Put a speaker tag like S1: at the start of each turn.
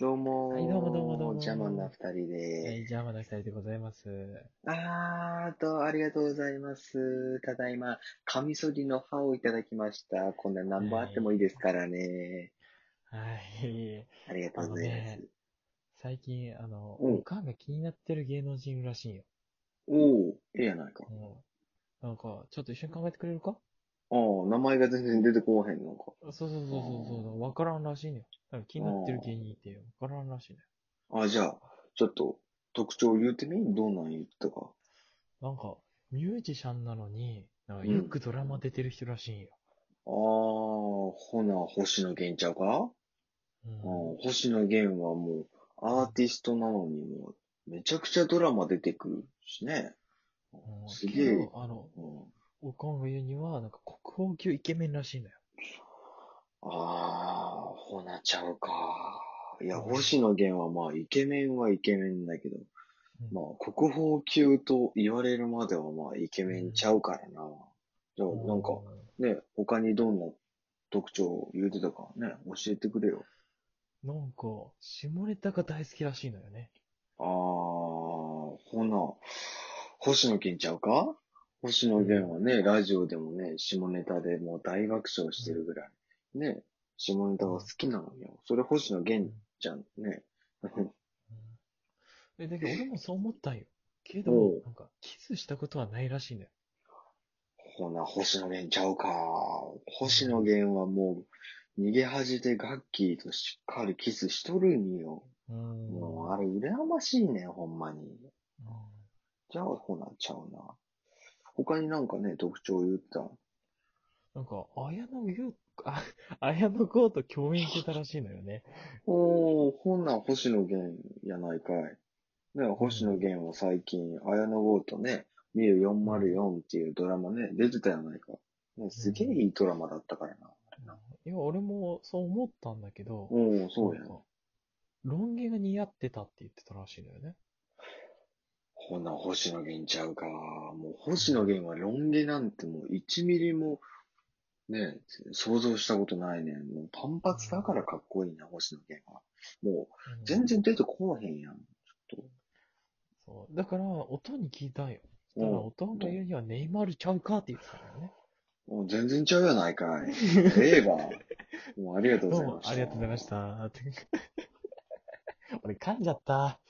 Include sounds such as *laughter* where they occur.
S1: どうもー
S2: はいどうもどうもどうも
S1: 邪魔な二人
S2: は
S1: で
S2: い、ジャーマンの二人でございます。
S1: ー。あーっと、ありがとうございます。ただいま、カミソリの歯をいただきました。こんな何本あってもいいですからね。
S2: はい。
S1: ありがとうございます。
S2: あのね最近、あの、
S1: うん
S2: おかんが気になってる芸能人いるらしいよ。
S1: おー、ええやないか。
S2: うん。なんか、ちょっと一緒に考えてくれるか
S1: あー、名前が全然出てこうへんのか。
S2: そうそうそうそうそう、わからんらしいのよ。なんか気になってる芸人いて、わからんらしいのよ。
S1: あ、じゃあ、ちょっと、特徴言うてみどんなん言ってたか。
S2: なんか、ミュージシャンなのに、なんか
S1: うん
S2: よくドラマ出てる人らしいんよ。
S1: あー、ほな、星野源ちゃうか
S2: うん
S1: うん、星野源はもう、アーティストなのにもう、めちゃくちゃドラマ出てくるしね。
S2: うん
S1: すげえ
S2: け。どあの、
S1: うん、
S2: おかんが言うには、なんか国宝級イケメンらしいのよ。
S1: あー、ほなちゃうか。いや、
S2: うん
S1: 星野源はまあ、イケメンはイケメンだけど、
S2: うん
S1: まあ、国宝級と言われるまではまあ、イケメンちゃうからな。じゃあ、なんか、
S2: う
S1: ね、他にどんな特徴言うてたかね、教えてくれよ。
S2: なんか、下ネタが大好きらしいのよね。
S1: あー、ほな、星野源ちゃうか星野源はね、ラジオでもね、下ネタでもう大爆笑してるぐらい、ね、下ネタが好きなのよ。それ星野源ちゃんね。
S2: え、だけど俺もそう思ったんよ。け
S1: お
S2: ど
S1: う、
S2: なんか、キスしたことはないらしいんだよ。
S1: *laughs* ほな、星野源ちゃうか。星野源はもう、逃げ恥でガッキーとしっかりキスしとるんよ。
S2: うーん。
S1: もう、あれ羨ましいね、ほんまに。
S2: うん
S1: じゃあ、ほな、ちゃうな。他になんかね、特徴言ったん
S2: なんか、綾野剛、あ、 *laughs* 綾野剛と共演してたらしいのよね。
S1: おー、ほんなら星野源やないかい。ね、星野源は最近、綾野剛とね、ミュ404っていうドラマね、出てたやないか。ね、すげえいいドラマだったからな。
S2: いや、俺もそう思ったんだけど、
S1: おー、そうや
S2: なん
S1: ね。
S2: かロン毛が似合ってたって言ってたらしいのよね。
S1: ほんなら星野源ちゃうか。もう星野源はロン毛なんてもう1ミリも、ね、想像したことないね。もう単発だからかっこいいな、星野源は。もう、
S2: うん
S1: 全。然出てこうへんやん。ちょっ
S2: そう。だから、音に聞いたんよ。
S1: と。
S2: だから、
S1: も
S2: 音が言うにはネイマールちゃうかって言ってたのよね。
S1: うもう全然ちゃうやないかい。 *laughs* ええわ。もうありがとう
S2: ど
S1: ご
S2: う
S1: ざい *laughs* ました。
S2: も *laughs* ありがとうございました。俺噛んじゃった。